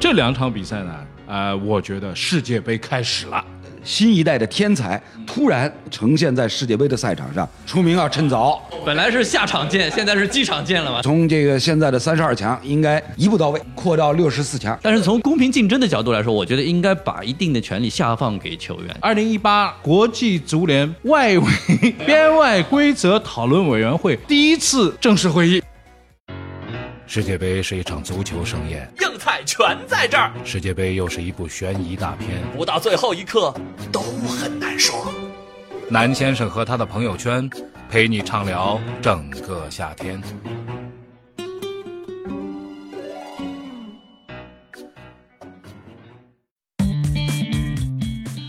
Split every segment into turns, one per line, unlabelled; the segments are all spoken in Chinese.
这两场比赛呢，呃，我觉得世界杯开始了。
新一代的天才突然呈现在世界杯的赛场上，出名要趁早。
本来是下场见，现在是机场见了嘛。
从这个现在的三十二强，应该一步到位扩到六十四强。
但是从公平竞争的角度来说，我觉得应该把一定的权利下放给球员。
二零一八国际足联外围编外规则讨论委员会第一次正式会议。
世界杯是一场足球盛宴，
硬菜全在这儿，
世界杯又是一部悬疑大片。
不到最后一刻都很难说。
南先生和他的朋友圈，陪你畅聊整个夏天。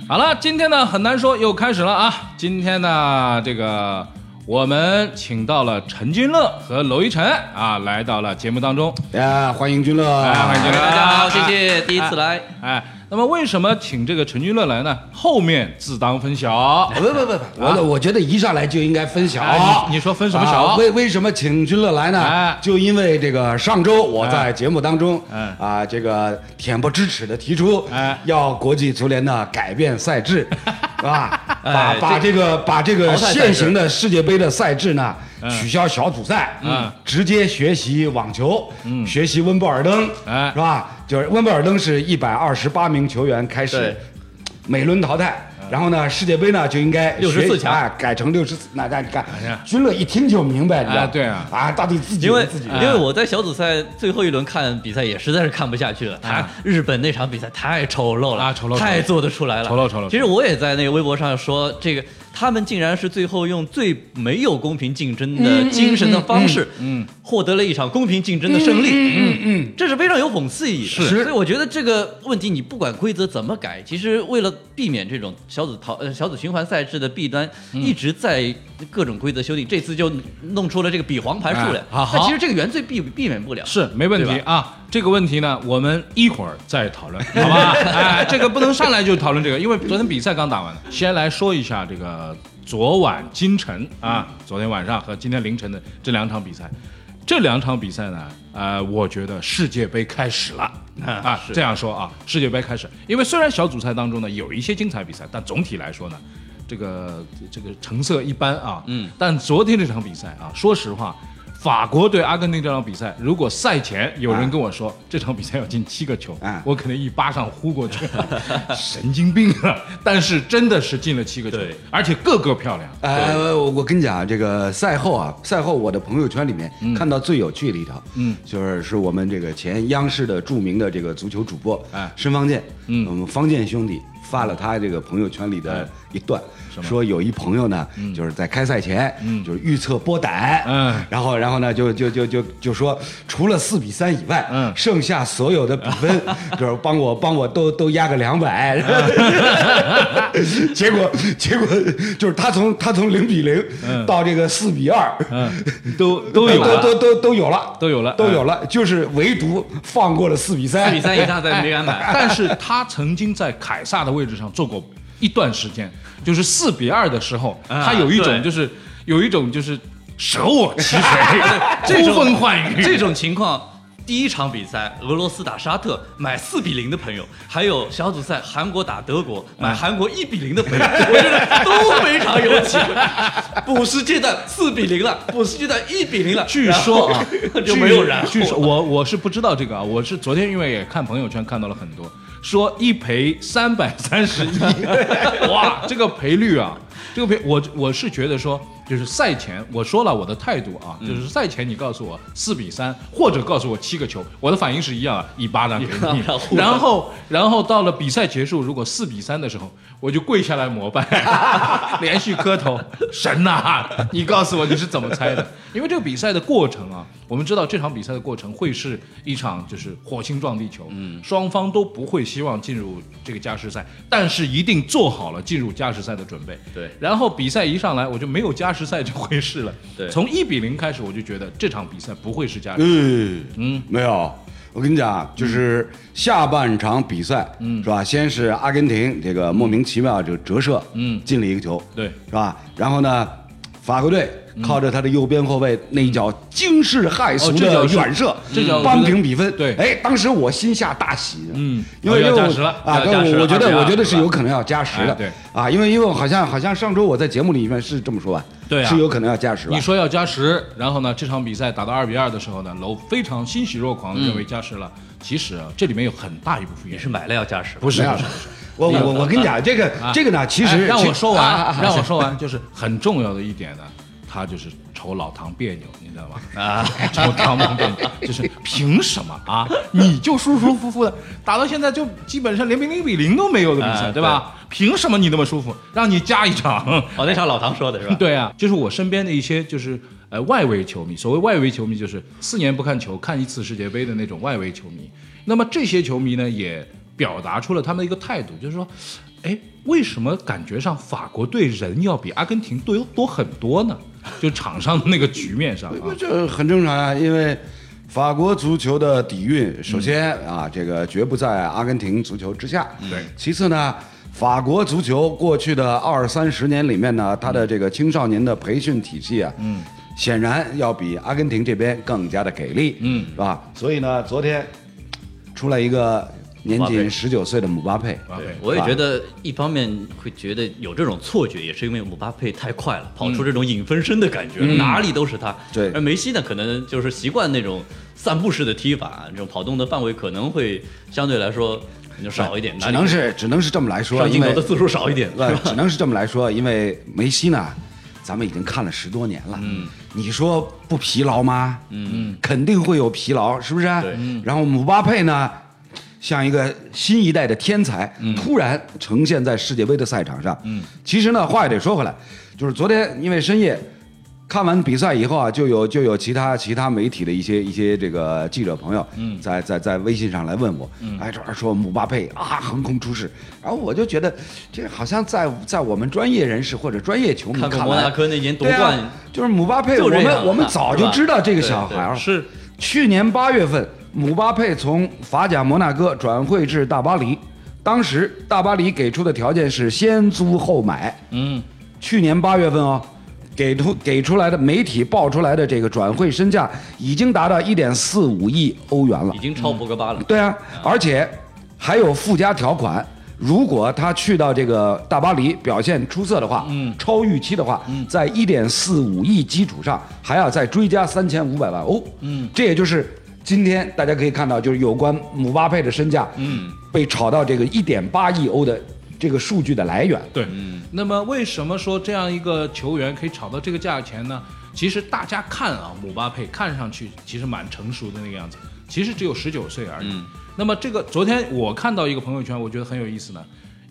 好了，今天呢很难说又开始了啊！今天呢，这个我们请到了陈君乐和娄一晨啊，来到了节目当中。
啊，欢迎君乐！
哎，欢迎君乐，
大家好，谢谢第一次来。
哎，那么为什么请这个陈君乐来呢？后面自当分晓。
不不不不，我我觉得一上来就应该分享。
啊哎你你说分什么晓
啊为为什么请君乐来呢
哎？
就因为这个上周我在节目当中
哎，
啊，这个恬不知耻的提出
哎，
要国际足联呢改变 赛制，啊，把
哎
把这个把这个
淘汰赛制
现行的世界杯的赛制呢取消小组赛，
嗯，
直接学习网球，学习温布尔登，
哎
是吧？就是温布尔登是一百二十八名球员开始
对
每轮淘汰。
嗯
然后呢，世界杯呢就应该
64
学
强
哎改成六十四。那那你看
哎呀，
君乐一听就明白，你知道
哎对啊
啊，到底自己
因为
人自己人
因为我在小组赛最后一轮看比赛也实在是看不下去了，他日本那场比赛太丑陋了，
啊丑陋丑陋
太做得出来了，
丑陋丑陋
其实我也在那个微博上说，这个他们竟然是最后用最没有公平竞争的精神的方式，嗯，获得了一场公平竞争的胜利，嗯嗯，这是非常有讽刺意义的。
是
所以我觉得这个问题你不管规则怎么改，其实为了避免这种小组淘呃小组循环赛制的弊端，
嗯
一直在各种规则修订，这次就弄出了这个比黄牌数来
哎。好好
那其实这个原罪避避免不了。
是没问题
对
啊。这个问题呢，我们一会儿再讨论，好 吧？哎，这个不能上来就讨论这个，因为昨天比赛刚打完呢。先来说一下这个昨晚今晨啊，昨天晚上和今天凌晨的这两场比赛，这两场比赛呢，呃，我觉得世界杯开始了。啊，这样说啊，世界杯开始，因为虽然小组赛当中呢有一些精彩比赛，但总体来说呢，这个这个成色一般啊。嗯。但昨天这场比赛啊，说实话，法国对阿根廷这场比赛，如果赛前有人跟我说、这场比赛要进七个球，
啊
我可能一巴掌呼过去，神经病啊！但是真的是进了七个球
对，
而且个个漂亮。
呃，我我跟你讲啊，这个赛后啊，赛后我的朋友圈里面看到最有趣的一条，嗯，就是是我们这个前央视的著名的这个足球主播，
哎
申方健，嗯，我们方健兄弟发了他这个朋友圈里的一段，说有一朋友呢，就是在开赛前，嗯，就是预测波胆，
嗯
然后然后呢，就就就就就说除了四比三以外，
嗯
剩下所有的比分，就是帮我帮我都都压个两百， 结果结果就是他从他从零比零到这个四比二，
嗯，都都
啊
有
都
了。
都都都有了，
都有了
都有了，就是唯独放过了四比三，
比赛以上再没安排。
但是他曾经在凯撒的位置上做过一段时间，就是四比二的时候，
啊
他有一种
对
就是有一种就是舍我 其谁，
这
呼
种
风唤雨。
这种情况。第一场比赛，俄罗斯打沙特，买四比零的朋友；还有小组赛，韩国打德国，买韩国一比零的朋友，我觉得都非常有机会。补时阶段四比零了，补时阶段一比零了，，
据说啊
就没有
据
然后
据说我我是不知道这个啊，我是昨天因为也看朋友圈看到了很多，说一赔三百三十 一，哇，这个赔率啊，这个赔我我是觉得说，就是赛前我说了我的态度啊，
嗯
就是赛前你告诉我四比三，或者告诉我七个球，我的反应是一样啊，一巴掌给
一巴
你
掌，呼
然后然后到了比赛结束，如果四比三的时候，我就跪下来膜拜， 连续磕头，神呐、你告诉我你是怎么猜的？因为这个比赛的过程啊，我们知道这场比赛的过程会是一场就是火星撞地球，嗯，双方都不会希望进入这个加时赛，但是一定做好了进入加时赛的准备。
对
然后比赛一上来，我就没有加时赛这回事了。
对
从一比零开始，我就觉得这场比赛不会是加时。
嗯嗯，没有。我跟你讲，啊就是下半场比赛，嗯，是吧？先是阿
呃
根廷这个莫名其妙就折射，嗯，进了一个球，
对
是吧？然后呢，法国队靠着他的右边后卫那一脚惊世骇俗
哦这
的
脚是
远射，
这脚我觉得
扳平比分。
对
哎，当时我心下大喜，啊
嗯
因为
要
因为
加
我
时了
啊，
要
对
加时
我
了
我觉
二比
得
二
我觉得是
是吧
有可能要加时
哎
的，
对
啊，因为因为我好像好像上周我在节目里面是这么说吧，
对啊
是有可能要加时吧
你。说要加时，然后呢，这场比赛打到二比二的时候呢，楼非常欣喜若狂，认为加时了。其实啊，这里面有很大一部分
你
原
是
因，哎
买了要加时，
不是
没有
不是
没有我我我跟你讲，这个
啊
这个呢，其实
哎让
其
我说完，
啊啊啊
让我说完，就是很重要的一点呢，他就是瞅老唐别扭，你知道吗？
啊？
瞅唐蒙别扭，就是凭什么啊？你就舒舒服服的打到现在，就基本上连零比零都没有的比赛，
啊
对吧？凭什么你那么舒服？让你加一场，
哦，那场老唐说的是吧？
对啊，就是我身边的一些就是呃外围球迷，所谓外围球迷就是四年不看球，看一次世界杯的那种外围球迷。那么这些球迷呢，也表达出了他们的一个态度，就是说，哎，为什么感觉上法国队人要比阿根廷队多很多呢？就场上的那个局面上啊，
这很正常啊，因为法国足球的底蕴，
嗯
首先啊，这个绝不在阿根廷足球之下。
嗯
对
其次呢，法国足球过去的二三十年里面呢，它的这个青少年的培训体系啊，嗯，显然要比阿根廷这边更加的给力，嗯，是吧？所以呢，昨天出来一个年
姆巴
仅
佩
十九岁的姆巴佩，
巴佩
我也觉得，一方面会觉得有这种错觉，也是因为姆巴佩太快了，跑出这种影分身的感觉，哪里都是他。
对
而梅西呢，可能就是习惯那种散步式的踢法，这种跑动的范围可能会相对来说就少一点，
只
哪
能
里
是只能是这么来说，
上
因
镜头
为
的次数少一点，是
呃，
吧？
只能是这么来说，因为梅西呢，咱们已经看了十多年了，嗯，你说不疲劳吗？嗯，肯定会有疲劳，是不是？
对
然后姆巴佩呢，像一个新一代的天才，突然呈现在世界杯的赛场上。嗯，其实呢，话也得说回来，就是昨天因为深夜。看完比赛以后啊，就有就有其他其他媒体的一些一些这个记者朋友，嗯，在在在微信上来问我，
嗯
哎，这儿说姆巴佩啊横空出世，然后我就觉得这好像在在我们专业人士或者专业球迷
看过
来
摩纳哥那年夺冠
对啊就是姆巴佩，
就
我
这样
们我们
啊
早
是
就
吧
知道这个小孩儿了
对对，是
去年八月份，姆巴佩从法甲摩纳哥转会至大巴黎，当时大巴黎给出的条件是先租后买。
嗯，
去年八月份哦，给出给出来的媒体报出来的这个转会身价已经达到一点四五亿欧元了
已。经超博格巴了。
对啊，而且还有附加条款，如果他去到这个大巴黎表现出色的话，嗯，超预期的话，嗯，在一点四五亿基础上还要再追加三千五百万欧，嗯，这也就是今天大家可以看到，就是有关姆巴佩的身价，嗯，被炒到这个一点八亿欧的这个数据的来源。
对，那么为什么说这样一个球员可以炒到这个价钱呢？其实大家看啊，姆巴佩看上去其实蛮成熟的那个样子，其实只有十九岁而已。那么这个昨天我看到一个朋友圈，我觉得很有意思呢。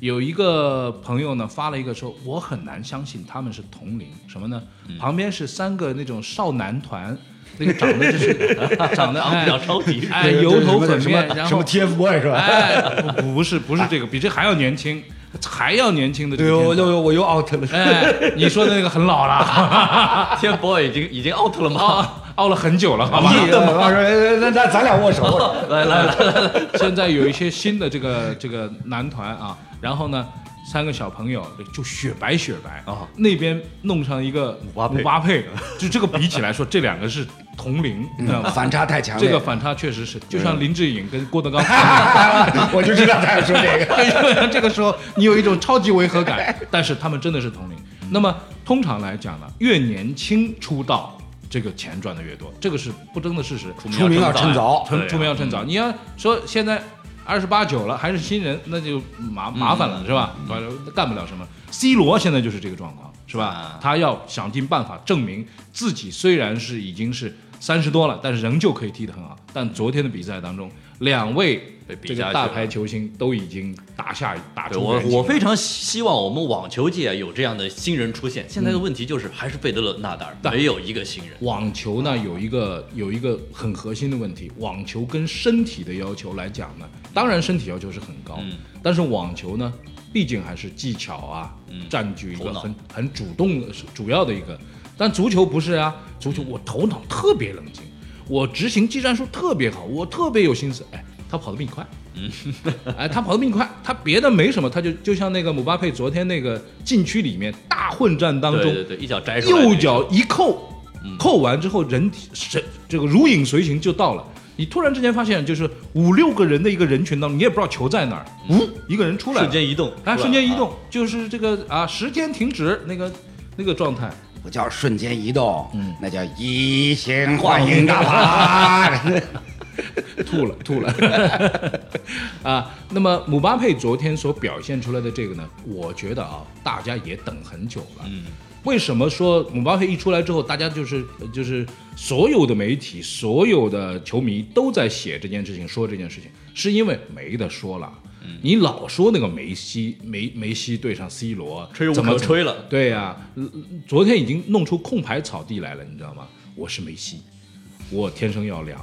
有一个朋友呢发了一个说，我很难相信他们是同龄，什么呢？旁边是三个那种少男团，那个长得就是 长得
长
哎
比较超体，
哎油头粉
什
面，
么
然
什
后
么 TFBOY 是吧？
哎不不是不是这个，比这还要年轻，还要年轻的这
对
个
呦，
片
我
段。
又我又 out 了。
哎，你说的那个很老了，
天 boy 已经已经 out 了吗？
熬熬了很久了，好吧？
你老师，那那咱俩握手。握手
来来来，
现在有一些新的这个这个男团啊，然后呢，三个小朋友就雪白雪白
啊，
那边弄上一个
姆巴佩
姆巴佩，就这个比起来说，这两个是同龄，你知道吗？
嗯 反差太强烈
这
了。
个反差确实是，就像林志颖跟郭德纲。
我就知道他要说这 个。
这个时候你有一种超级违和感，但是他们真的是同龄。那么通常来讲呢，越年轻出道，这个钱赚的越多，这个是不争的事实。
出名要趁早，
出
对啊
出名要趁早。你要说现在二十八九了还是新人，那就麻
嗯
麻烦了，是吧？反正干不了什么。C 罗现在就是这个状况，是吧
啊？
他要想尽办法证明自己，虽然是已经是三十多了，但是仍旧可以踢得很好。但昨天的比赛当中，两位
被比
这
下
个
去
大
了
牌球星都已经打下打
对
出
我
原，形
我
了
非常希望我们网球界有这样的新人出现。现
嗯
在的问题就是，还是费德勒、纳达尔，没有一个新人。
网球呢有一个有一个很核心的问题，网球跟身体的要求来讲呢，当然身体要求是很高，
嗯
但是网球呢，毕竟还是技巧啊，占据一
嗯头
个
脑
很很主动的主要的一个，但足球不是啊，
嗯
足球我头脑特别冷静，我执行技战术特别好，我特别有心思，哎，他他跑得比你快，嗯， 哎，他跑得比你快，他别的没什么，他就就像那个姆巴佩昨天那个禁区里面大混战当中
对，对对，一脚摘出来那个，嗯
右脚一扣，扣完之后人体神这个如影随形就到了。你突然之间发现，就是五六个人的一个人群当中，你也不知道球在哪儿，呜、一个人出来了，
嗯瞬间移动，
啊，
是吧
瞬间移，动，就是这个啊，时间停止那个那个状态，
不叫瞬间移动，那叫移形换影大 法。
吐 了吐了， 啊，那么姆巴佩昨天所表现出来的这个呢，我觉得啊，大家也等很久了，嗯。为什么说姆巴佩一出来之后，大家就是就是所有的媒体、所有的球迷都在写这件事情、说这件事情，是因为没得说了。
嗯
你老说那个梅西、梅梅西对上 C 罗，
吹无
怎么
可吹了，
对呀、嗯嗯昨天已经弄出空牌草地来了，你知道吗？我是梅西，我天生要 凉，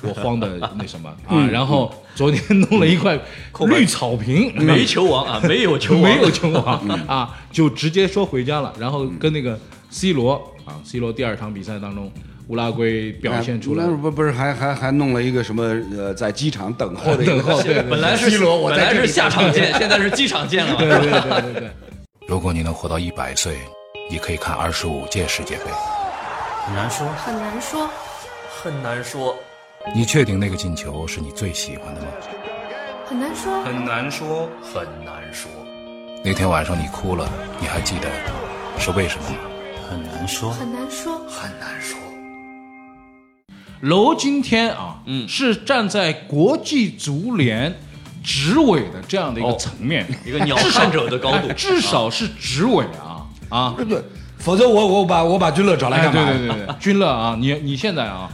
我慌的那什么
嗯
啊。然后昨天弄了一块绿草坪，
没球王啊，嗯没有球王，
没有球 王啊，就直接说回家了。然后跟那个 C 罗啊，C 罗第二场比赛当中，乌拉圭表现出来
嗯
那。不不是还还还弄了一个什么呃，在机场等候的一个
等 候对对对
本来是
C 罗我在
本来
这
是
里
下场见，现在是机场见了
对
嘛。
对对对对，
如果你能活到一百岁，你可以看二十五届世界杯。
很难说。
很难说，
你确定那个进球是你最喜欢的吗？
很难说，
很难说。
很难说，
那天晚上你哭了，你还记得是为什么吗？
很难说，
很难说，
很难说。
楼今天啊，
嗯
是站在国际足联执委的这样的一个
哦
层面，
一个鸟瞰者的高度
哎，至少是执委啊啊！
对对，否则我我把我把君乐找来
哎，
干嘛？
对对对对，军乐啊，你你现在啊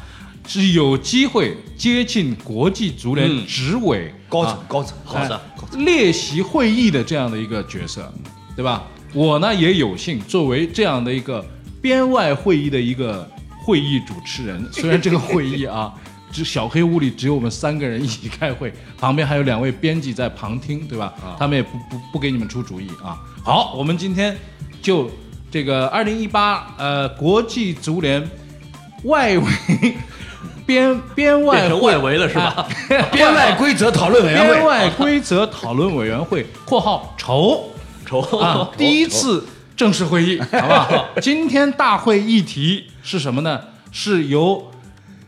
是有机会接近国际足联
嗯
执委、
高
啊
层高层，
好的
哎列席会议的这样的一个角色，对吧？我呢也有幸作为这样的一个编外会议的一个会议主持人，虽然这个会议啊，只小黑屋里只有我们三个人一起开会，旁边还有两位编辑在旁听，对吧？他们也不不不给你们出主意啊。好，我们今天就这个二零一八呃国际足联外围编编外
变 成
会
外围了是吧？
哎
编外规则讨论委员
编
会，
外规则讨论委员会（括号筹
仇、）
啊， 第一次正式会议，好不好？今天大会议题是什么呢？是由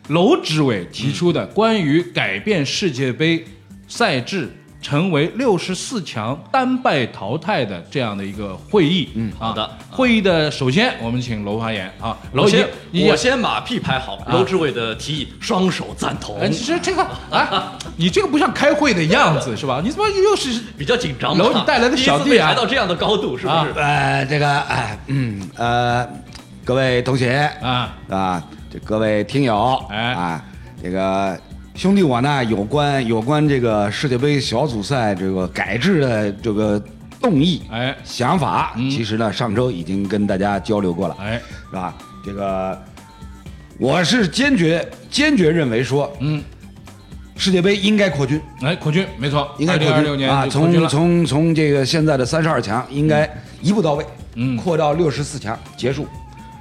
楼执委提出的关于改变世界杯赛制。成为六十四强单败淘汰的这样的一个会议，嗯，
好的
会议的首先我们请楼发言啊，楼
我先
你你
我先马屁拍好，楼志伟的提议，双手赞同
哎，。其实这个啊，你这个不像开会的样子是吧？你怎么又是
比较紧张嘛，
楼你带来的小弟啊
第一次被抬到这样的高度，是不
啊
是？
呃，这个哎，嗯呃，各位同学
啊？
啊，这各位听友，
哎
啊，这个兄弟我呢，有关有关这个世界杯小组赛这个改制的这个动议，
哎
想法，
嗯
其实呢，上周已经跟大家交流过了，
哎，
是吧？这个我是坚决坚决认为说，
嗯，
世界杯应该扩军，
哎，扩军没错，
应该
二
扩
零
军
二六年
啊，
就扩军
从
了，
从从这个现在的三十二强，应该一步到位，
嗯
扩到六十四强结束，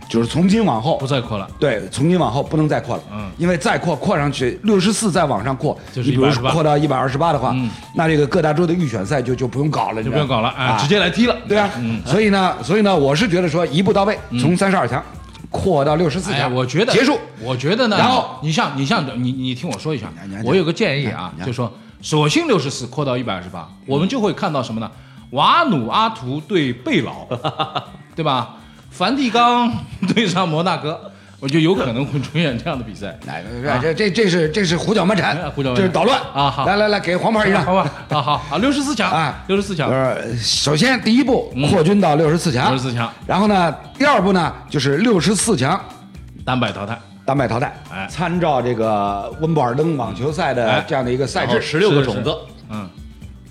就是从今往后
不再扩了，
对，从今往后不能再扩了，
嗯
因为再扩扩上去六十四再往上扩，
就是
你比如说
128
扩到一百二十八的话，
嗯
那这个各大洲的预选赛就就不用搞了，
就不用搞了
啊
啊，，直接来踢了。嗯
对啊，所以呢，所以呢，我是觉得说一步到位，从三十二强扩到六十四
哎，
强，
我觉得
结束，
我觉得呢，
然后
你像你像你你听我说一下
你你，
我有个建议啊
你，你
就说索性六十四扩到一百二十八，
嗯
我们就会看到什么呢？瓦努阿图对贝 劳，对吧？梵蒂冈 对上摩纳哥，我就有可能会出现这样的比赛。
来，哎这这这是这是胡搅蛮缠
哎，胡搅蛮缠
这是捣乱
啊好
来来来，给黄牌一张
好。吧，啊好啊，六十四强
啊
六十四强
呃，首先第一步
嗯
扩军到六十四强，
64强，
然后呢，第二步呢就是六十四强
单败淘汰，
单败淘汰
哎，
参照这个温布尔登网球赛的
哎
这样的一个赛制，
十六个种子，
嗯，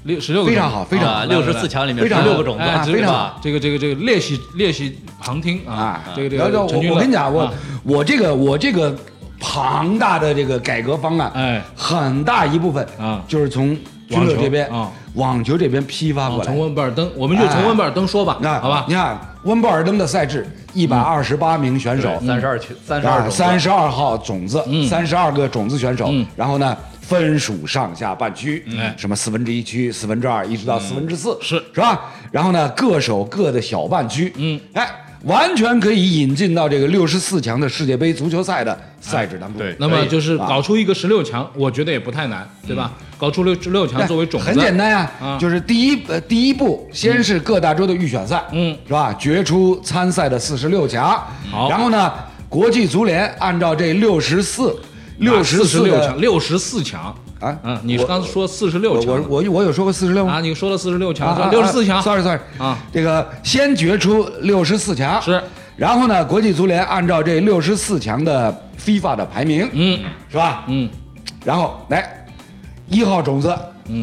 六十六个
非常
种
好，非常
啊
好。
六十四强里面
非
十
常
六个种子，
哎
啊
这
是
个
非常
吧
好
这个这个这个练习练习旁听啊
啊，，
这个这
聊
个
聊
陈军
我我
乐
跟你讲，我
啊
我这个我这个庞大的这个改革方案，
哎
很大一部分
啊
就是从军乐这边
网球啊哦
网球这边批发过
从
来。
温布尔登，我们就从
哎
温布尔登说吧，
那
好吧
你，看温布尔登的赛制，一百二十八名选手，
啊
嗯
三十二群，三十二
啊，
种子，
三十二号种子，三十二个种子选手
嗯，
然后呢，分属上下半区，
嗯
什么四分之一区、四分之二，一直到四分之四，
是
是吧？然后呢，各守各的小半区，
嗯，
哎，完全可以引进到这个六十四强的世界杯足球赛的赛制当中。
那么就是
啊
搞出一个十六强，我觉得也不太难，对吧？搞出六十六强作为种子，
很简单呀、
啊
就是第一呃第一步，先是各大洲的预选赛，
嗯
是吧？决出参赛的四十六强，
好
然后呢，国际足联按照这六十四六十
四十
四
六强，六十四强
啊
嗯，你刚说四十六
我
强
我
了
我我有说过四十六吗
啊，？你说了四十六
啊
强，六十四强
，sorry sorry
啊，
这个先决出六十四强
是，
然后呢，国际足联按照这六十四强的 FIFA 的排名，
嗯
是吧？
嗯
然后来一号种子，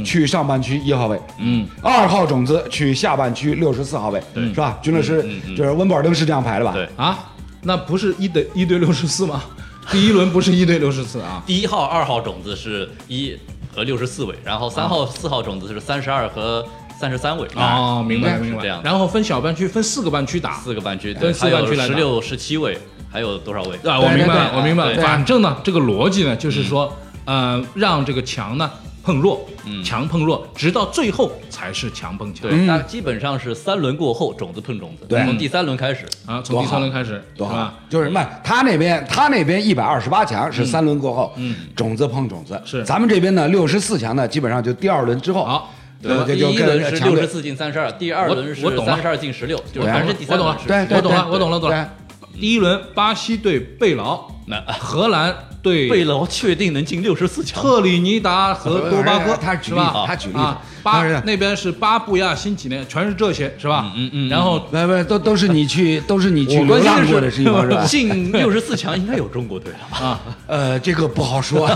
去上半区一号位，
嗯，
二号种子去下半区六十四号位，是吧？军老师
嗯
就是温布尔登是这样排的吧？
对
啊，那不是一对一对六十四吗？第一轮不是一对六十四啊？
第一号、二号种子是一和六十四位，然后三号、四号种子是三十二和三十三位。
哦，明白明
是
白
这样。的。
然后分小半区，分四个半区打。
四个半区，
对
对，
四个半区来
十
打
六、十七位，还有多少位？
啊，我
对
明白
对
了，
对嗯
我明白了。
对
反正呢，这个逻辑呢，就是说，呃，让这个强呢碰弱，强碰弱，直到最后才是强碰强。
嗯对，那基本上是三轮过后，种子碰种子，
对
从第三轮开始。
啊，从第三轮开始，是
多好
吧？，嗯
就是嘛，他那边他那边一百二十八强是三轮过后，种子碰种子，
是
咱们这边呢六十四强呢，基本上就第二轮之后，
好
对吧，
第
这就
一轮
跟
是
强
六
队
十四进三十二，第二轮是
我懂了
三十二进十六，就是
对
反正第
我
三
懂
轮
了
是，
对
我懂了，我懂了，
对
懂了。第一轮，巴西对贝劳，
那
荷兰对
贝劳确定能进六十四强，？
特立尼达和多巴
不
哥，
是他举
是
例
吧？
他举例
啊，
他
巴
是
那边是巴布亚新几内亚，全是这些，是吧？嗯嗯。然后
不不，都都是你去，都是你去
我
流
关心的
浪
是
过的是一帮是吧
进六十四强应该有中国队了啊吧？
呃，这个不好说，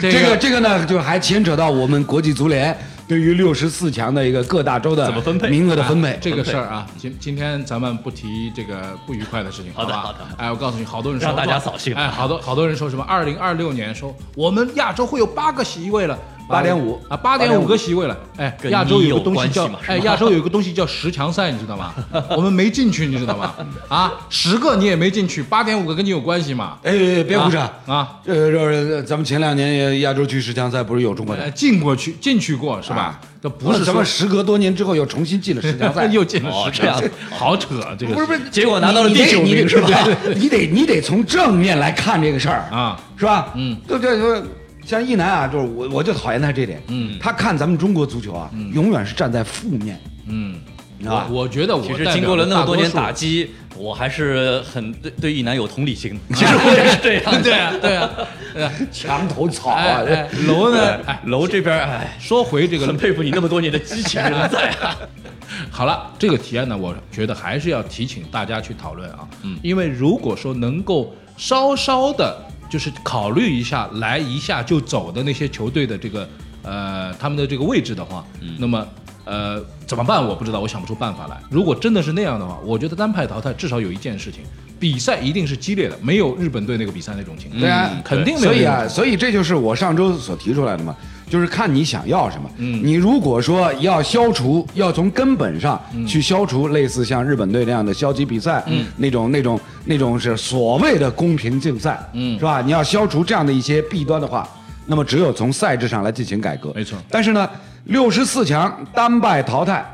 这
这
个
个这个呢，就还牵扯到我们国际足联对于六十四强的一个各大洲的
怎么分配
名额的分 配。
这个事儿啊，今今天咱们不提这个不愉快的事情，
好的
吧？
好的
哎，我告诉你，好多人说
让大家扫兴
哎，好多好多人说什么？二零二六年说我们亚洲会有八个席位了，
8.5
啊，八点五个席位了。哎，
跟
亚洲
你
有
有
个东西
关系
叫
吗是
哎，
吗
亚洲有个东西叫十强赛，你知道 吗？我们没进去，你知道吗？啊，十个你也没进去，八点五个跟你有关系吗？
哎，别胡扯
啊啊！
呃，就是咱们前两年也亚洲区十强赛不是有中国
呃，
队，
进过去进去过是吧
啊？
这不是
咱
说
们时隔多年之后又重新进了十强 赛，
又进了
哦
十
这样
强，好扯啊这个
不是
事
不是，
结果拿到了
你你
第九
得你
名
得
是吧？
你得你得从正面来看这个事儿
啊，
是吧？
嗯，
对不对？就是像一楠啊，就是我我就讨厌他这点，嗯，他看咱们中国足球啊，永远是站在负面，啊
嗯，
你知道吧
我？我觉得我
其实
代
经
表
过了那么多
大
年
多数
打击，我还是很对对一男有同理心。其实我也 是这 样。
对啊， 对啊，对啊。
墙头草
哎
啊，
哎，楼呢？哎，
楼这边，哎，
说回这个
很佩服你那么多年的激情人在啊。
好了，这个提案呢，我觉得还是要提请大家去讨论啊，嗯，因为如果说能够稍稍的，就是考虑一下来一下就走的那些球队的这个呃他们的这个位置的话，
嗯
那么。呃，怎么办？我不知道，我想不出办法来。如果真的是那样的话，我觉得单派淘汰至少有一件事情，比赛一定是激烈的，没有日本队那个比赛那种情况。
对啊
嗯肯定没有
所
那种情况。
以啊，所以这就是我上周所提出来的嘛，就是看你想要什么。
嗯
你如果说要消除，要从根本上
嗯
去消除类似像日本队那样的消极比赛，那种那种那种是所谓的公平竞赛，嗯，是吧？你要消除这样的一些弊端的话，那么只有从赛制上来进行改革。
没错
但是呢，六十四强单败淘汰。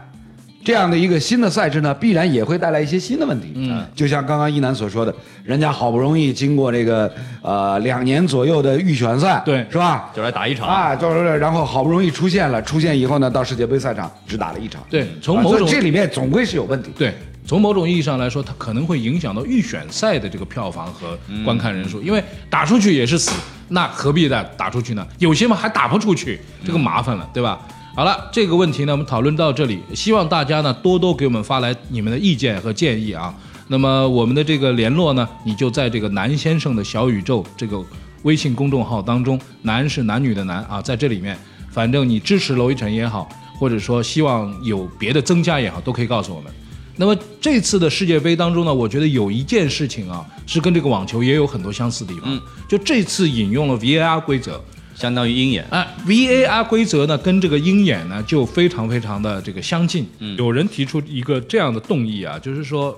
这样的一个新的赛制呢，必然也会带来一些新的问题。嗯，就像刚刚一楠所说的，人家好不容易经过这个呃两年左右的预选赛，
对
是吧？
就来打一场
啊，就是然后好不容易出现了，出现以后呢，到世界杯赛场只打了一场。
对从
啊
某
所以
种
这里面总归是有问题。
对，从某种意义上来说，它可能会影响到预选赛的这个票房和观看人数，因为打出去也是死，那何必再打出去呢？有些嘛还打不出去，这个麻烦了，对吧？好了，这个问题呢，我们讨论到这里，希望大家呢多多给我们发来你们的意见和建议啊。那么我们的这个联络呢，你就在这个南先生的小宇宙这个微信公众号当中，男是男女的男啊，在这里面，反正你支持娄一晨也好，或者说希望有别的增加也好，都可以告诉我们。那么这次的世界杯当中呢，我觉得有一件事情啊，是跟这个网球也有很多相似的地
嗯
方。就这次引用了 VAR 规则，
相当于鹰眼，
啊、v a r 规则呢跟这个鹰眼呢就非常非常的这个相近。
嗯
有人提出一个这样的动议啊，就是说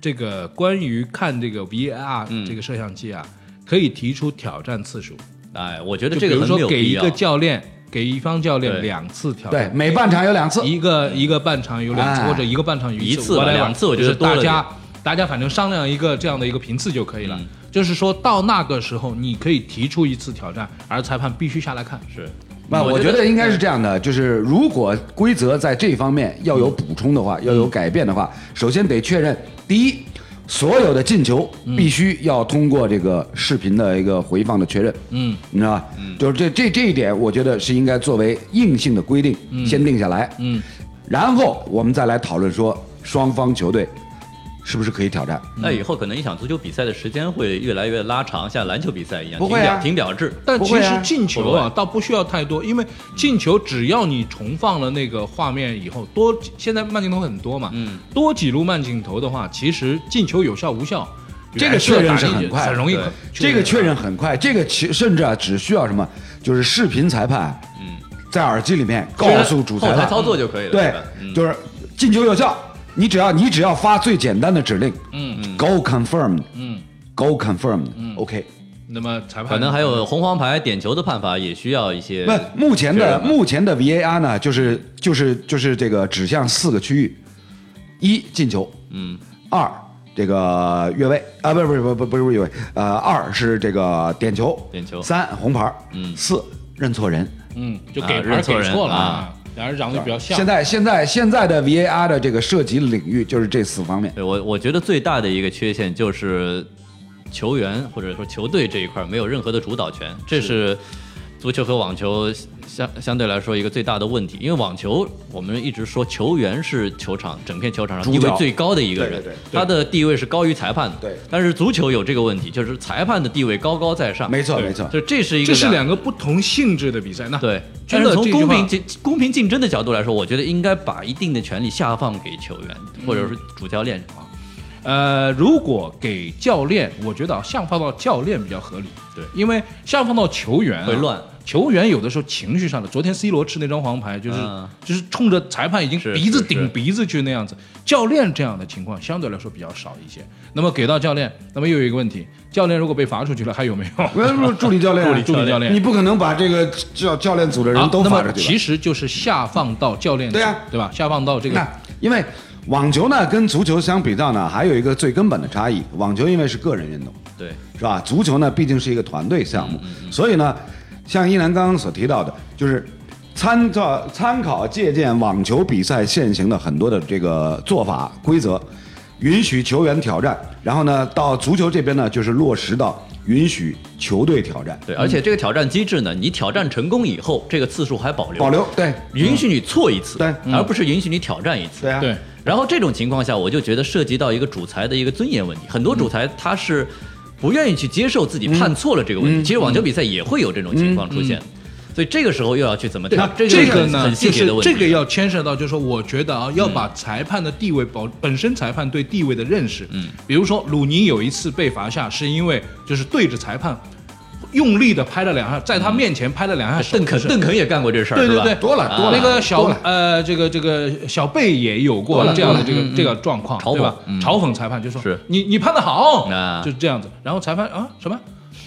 这个关于看这个 VAR 这个摄像机啊，可以提出挑战次数。
哎，我嗯觉得
就
这
比如
个很没
说
有
给
必
一
要
个教练，给一方教练
对
两次调
对
整，，
每半场有两次，
一个一个半场有两次，
哎
或者一个半场有
一次吧
whatever，
两次我觉得
就是
多了
大
点
家大家反正商量一个这样的一个频次就可以了。
嗯
就是说到那个时候，你可以提出一次挑战，而裁判必须下来看。
是，
那我觉得应该是这样的，就是如果规则在这方面要有补充的话，要有改变的话，首先得确认，第一，所有的进球必须要通过这个视频的一个回放的确认，
嗯，
你知道吧？就是这这这一点，我觉得是应该作为硬性的规定先定下来，
嗯，
然后我们再来讨论说双方球队是不是可以挑战。
那以后可能一场足球比赛的时间会越来越拉长，像篮球比赛一样，
不会
停
啊
表停表制。
但
不
其
会
实
啊
进球
不
啊，
会
倒不需要太多，因为进球只要你重放了那个画面以后，多现在慢镜头很多嘛，
嗯，
多几路慢镜头的话，其实进球有效无效，
这个
远射
确认
打
是
进
很
去
快
很容易
对
这
啊
个确认很快，这个其甚至啊，只需要什么，就是视频裁判，嗯，在耳机里面告诉主裁
后台
判
操作就可以了。
对
吧，嗯
就是进球有效。你只要你只要发最简单的指令，嗯，go confirmed，嗯，go confirmed，嗯，OK。
那么裁判
可能还有红黄牌点球的判罚也需要一些。
不，目前
确
的
认吧
目前的 VAR 呢，就是就是就是这个指向四个区域：一进球，
嗯，
二这个越位啊，不是不是不是不是不是越位，呃，二是这个点球，
点球
三红牌，
嗯
四认错人。
嗯，就
啊
给牌
认
儿
错
给
人
错了
啊，
两人长得比较像
现。在现在现在的 VAR 的这个涉及领域就是这四 方面。
对我我觉得最大的一个缺陷就是球员或者说球队这一块没有任何的主导权，这是足球和网球相相对来说一个最大的问题。因为网球我们一直说球员是球场整片球场上
主
地位
角
最高的一个
对
人
对对，
他的地位是高于裁判的。
对
但是足球有这个问题，就是裁判的地位高高在上。
没错
对
没错，
就这是一个
这是两个不同性质的比赛。那
对，
但
真
是这
的从
句
公
话
平竞公平竞争的角度来说，我觉得应该把一定的权利下放给球员或
嗯
者是主教练啊。
呃，如果给教练，我觉得啊，下放到教练比较合理。
对
因为下放到球员啊
会乱。
球员有的时候情绪上的，昨天 C 罗吃那张黄牌，就是、
嗯
就是冲着裁判已经
是
鼻子
是是
顶鼻子去那样子。教练这样的情况相对来说比较少一些。那么给到教练，那么又有一个问题，教练如果被罚出去了，还有没有？
不是不是助理教练啊，
助理助理教练
你不可能把这个教教练组的
好
人都
啊那
罚
么
出去
其
吧？
实就是下放到教练组，
对啊
对吧？下放到这个
那因为网球呢跟足球相比较呢，还有一个最根本的差异，网球因为是个人运动，
对，
是吧？足球呢毕竟是一个团队项
嗯
目，所以呢，像一楠刚刚所提到的，就是参照参考借鉴网球比赛现行的很多的这个做法规则，允许球员挑战，然后呢到足球这边呢就是落实到允许球队挑战，
对，而且这个挑战机制
嗯
呢，你挑战成功以后，这个次数还保留，
保留对
允许你错一次，
对
而不是允许你挑战一次。
对啊
对。
然后这种情况下，我就觉得涉及到一个主裁的一个尊严问题。很多主裁他是不愿意去接受自己判错了这个问
嗯
题。其实网球比赛也会有这种情况出现，所以这个时候又要去怎么调？
这
这
个
很
呢，
很细
就
节
是
的问题。啊嗯
这个要牵涉到，就是说，我觉得啊，要把裁判的地位保本身裁判对地位的认识，嗯，比如说鲁尼有一次被罚下，是因为就是对着裁判用力的拍了两下，在他面前拍了两下手，
邓肯
就是
嗯邓肯也干过这事儿，
对
是
对
吧啊
对，
多了多了
那个小
多了
呃，这个这个小贝也有过
多了
这样的这
多
个
了
这个状况，
嘲讽
对吧？
嗯
嘲讽裁判就说：“
是
你你判的好
啊，
就是这样子。”然后裁判啊什么？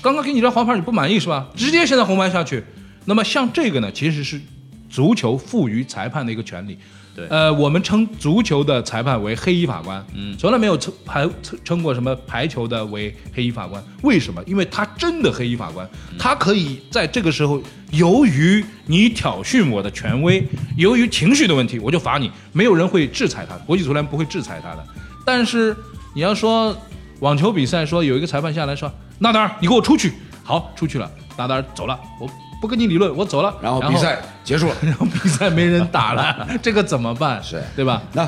刚刚给你张黄牌你不满意是吧？直接现在红牌下去。那么像这个呢，其实是足球赋予裁判的一个权利。
对
呃，我们称足球的裁判为黑衣法官，
嗯
从来没有称排称称过什么排球的为黑衣法官，为什么？因为他真的黑衣法官，
嗯
他可以在这个时候，由于你挑衅我的权威，由于情绪的问题，我就罚你，没有人会制裁他，国际足联不会制裁他的。但是你要说网球比赛，说有一个裁判下来说，纳达尔，你给我出去，好，出去了，纳达尔走了，我不跟你理论，我走了，
然后比赛结束了。
然后比赛没人打了，这个怎么办？
是
对吧？
那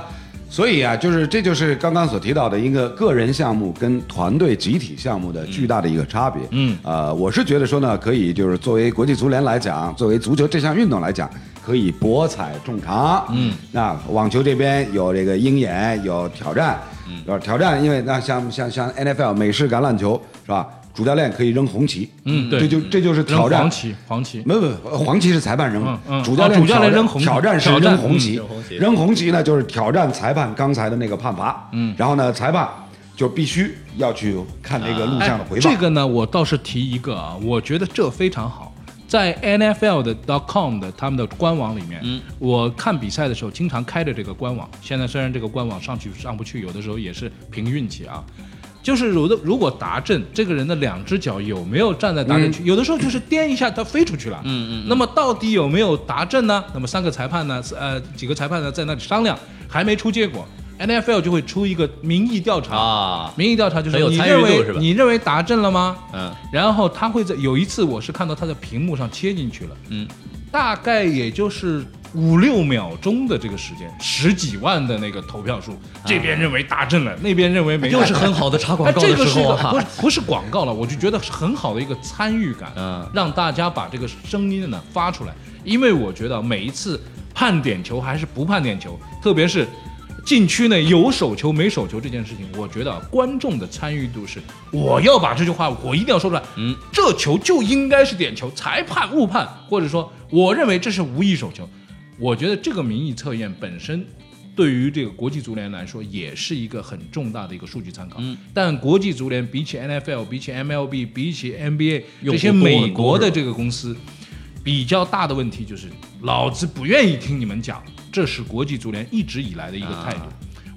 所以啊，就是这就是刚刚所提到的一个个人项目跟团队集体项目的巨大的一个差别。
嗯
呃，我是觉得说呢，可以就是作为国际足联来讲，作为足球这项运动来讲，可以博采众长。嗯，那网球这边有这个鹰眼，有挑战，
嗯
有挑战，因为那像像像 NFL 美式橄榄球是吧？主教练可以扔红旗，
嗯对
这就这就是挑
扔
战
黄。旗，黄旗，
没有没有，黄旗是裁判扔
嗯嗯，
主教
哦
练
主教练
挑战
扔红旗
挑战是
挑战
扔红
嗯
旗
扔红旗，
扔红旗呢就是挑战裁判刚才的那个判罚，嗯，然后呢裁判就必须要去看那个录像的回放。
哎这个呢，我倒是提一个啊，我觉得这非常好。在 NFL 的 .com 的他们的官网里面，
嗯
我看比赛的时候经常开着这个官网。现在虽然这个官网上去上不去，有的时候也是凭运气啊。就是有的，如果达阵，这个人的两只脚有没有站在达阵区？有的时候就是颠一下，他飞出去了。嗯嗯嗯。那么到底有没有达阵呢？那么三个裁判呢？呃，几个裁判呢在那里商量，还没出结果。NFL 就会出一个民意调查
啊
民意调查就是
很有
你
参与
认
度
为
是吧
你认为达阵了吗？
嗯
然后他会在有一次，我是看到他在屏幕上切进去了，
嗯，
大概也就是五六秒钟的这个时间，十几万的那个投票数，这边认为达阵了，那边认为没达
啊又
阵。
是很好的插广
哎，
告
这
的
个
时
是一
候
个
啊
不是，不是广告了，我就觉得是很好的一个参与感，
嗯
让大家把这个声音呢发出来，因为我觉得每一次判点球还是不判点球，特别是禁区内有手球没手球这件事情，我觉得啊观众的参与度是，我要把这句话我一定要说出来，嗯，这球就应该是点球，裁判误判，或者说我认为这是无意手球，我觉得这个民意测验本身对于这个国际足联来说，也是一个很重大的一个数据参考。但国际足联比起 NFL、比起 MLB、比起 NBA
用
这
户
些
多
美
很多
国的
是吧
这个公司，比较大的问题就是，老子不愿意听你们讲，这是国际足联一直以来的一个态度。
啊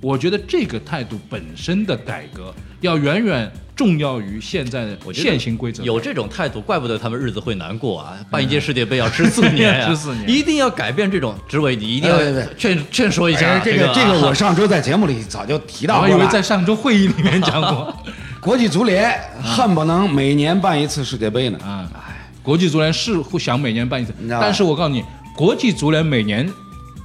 我觉得这个态度本身的改革，要远远重要于现在的
我觉得
现行规则。
有这种态度，怪不得他们日子会难过
嗯
啊！办一届世界杯要吃四 年、啊，
吃四年
一定要改变这种执委，你一定要
哎对对
劝劝说一下、
哎
啊
这
个
个这个，我
啊
上周在节目里早就提
我
到
还
过
以
了。
为在嗯上周会议里面讲 过。
国际足联恨不能每年办一次世界杯呢。
啊，国际足联是会想每年办一次
你，知道吧
但是我告诉你，国际足联每年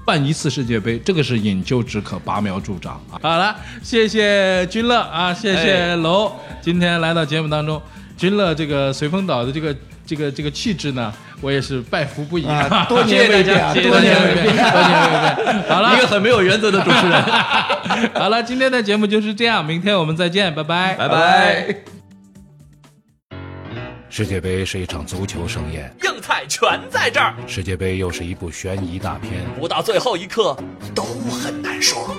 办一次世界杯，这个是饮鸩止渴、拔苗助长啊。好了，谢谢君乐啊，谢谢
哎
楼，今天来到节目当中，君乐这个随风岛的这个这个这个气质呢，我也是拜服不已
啊，多
多
年未变啊，
谢谢
多
年
年
未
未
变，
变。
多年未变。好了
一个，很 没有原则的主持人，
好了，今天的节目就是这样，明天我们再见，拜拜，
拜拜。
世界杯是一场足球盛宴，
硬菜全在这儿，
世界杯又是一部悬疑大片。
不到最后一刻都很难说。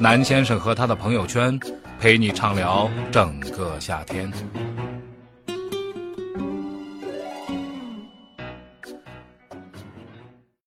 南先生和他的朋友圈，陪你畅聊整个夏天。